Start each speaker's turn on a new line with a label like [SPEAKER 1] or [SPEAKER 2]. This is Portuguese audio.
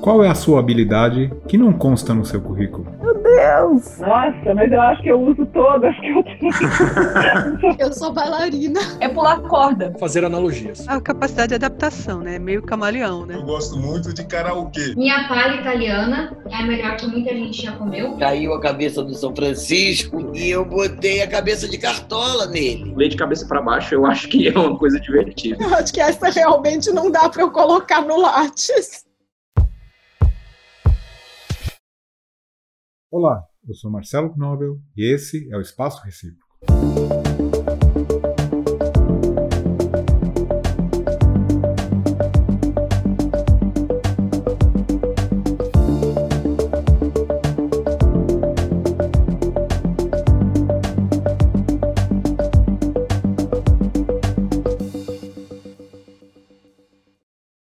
[SPEAKER 1] Qual é a sua habilidade que não consta no seu currículo?
[SPEAKER 2] Meu Deus!
[SPEAKER 3] Nossa, mas eu acho que eu uso todas que eu tenho.
[SPEAKER 4] Eu sou bailarina.
[SPEAKER 5] É pular corda.
[SPEAKER 6] Fazer analogias.
[SPEAKER 7] A capacidade de adaptação, né? Meio camaleão, né?
[SPEAKER 8] Eu gosto muito de karaokê.
[SPEAKER 9] Minha palha italiana é a melhor que muita gente já comeu.
[SPEAKER 10] Caiu a cabeça do São Francisco e eu botei a cabeça de cartola nele.
[SPEAKER 11] Ler de cabeça para baixo eu acho que é uma coisa divertida.
[SPEAKER 4] Eu acho que essa realmente não dá para eu colocar no Lattes.
[SPEAKER 1] Olá, eu sou Marcelo Knobel e esse é o Espaço Recíproco.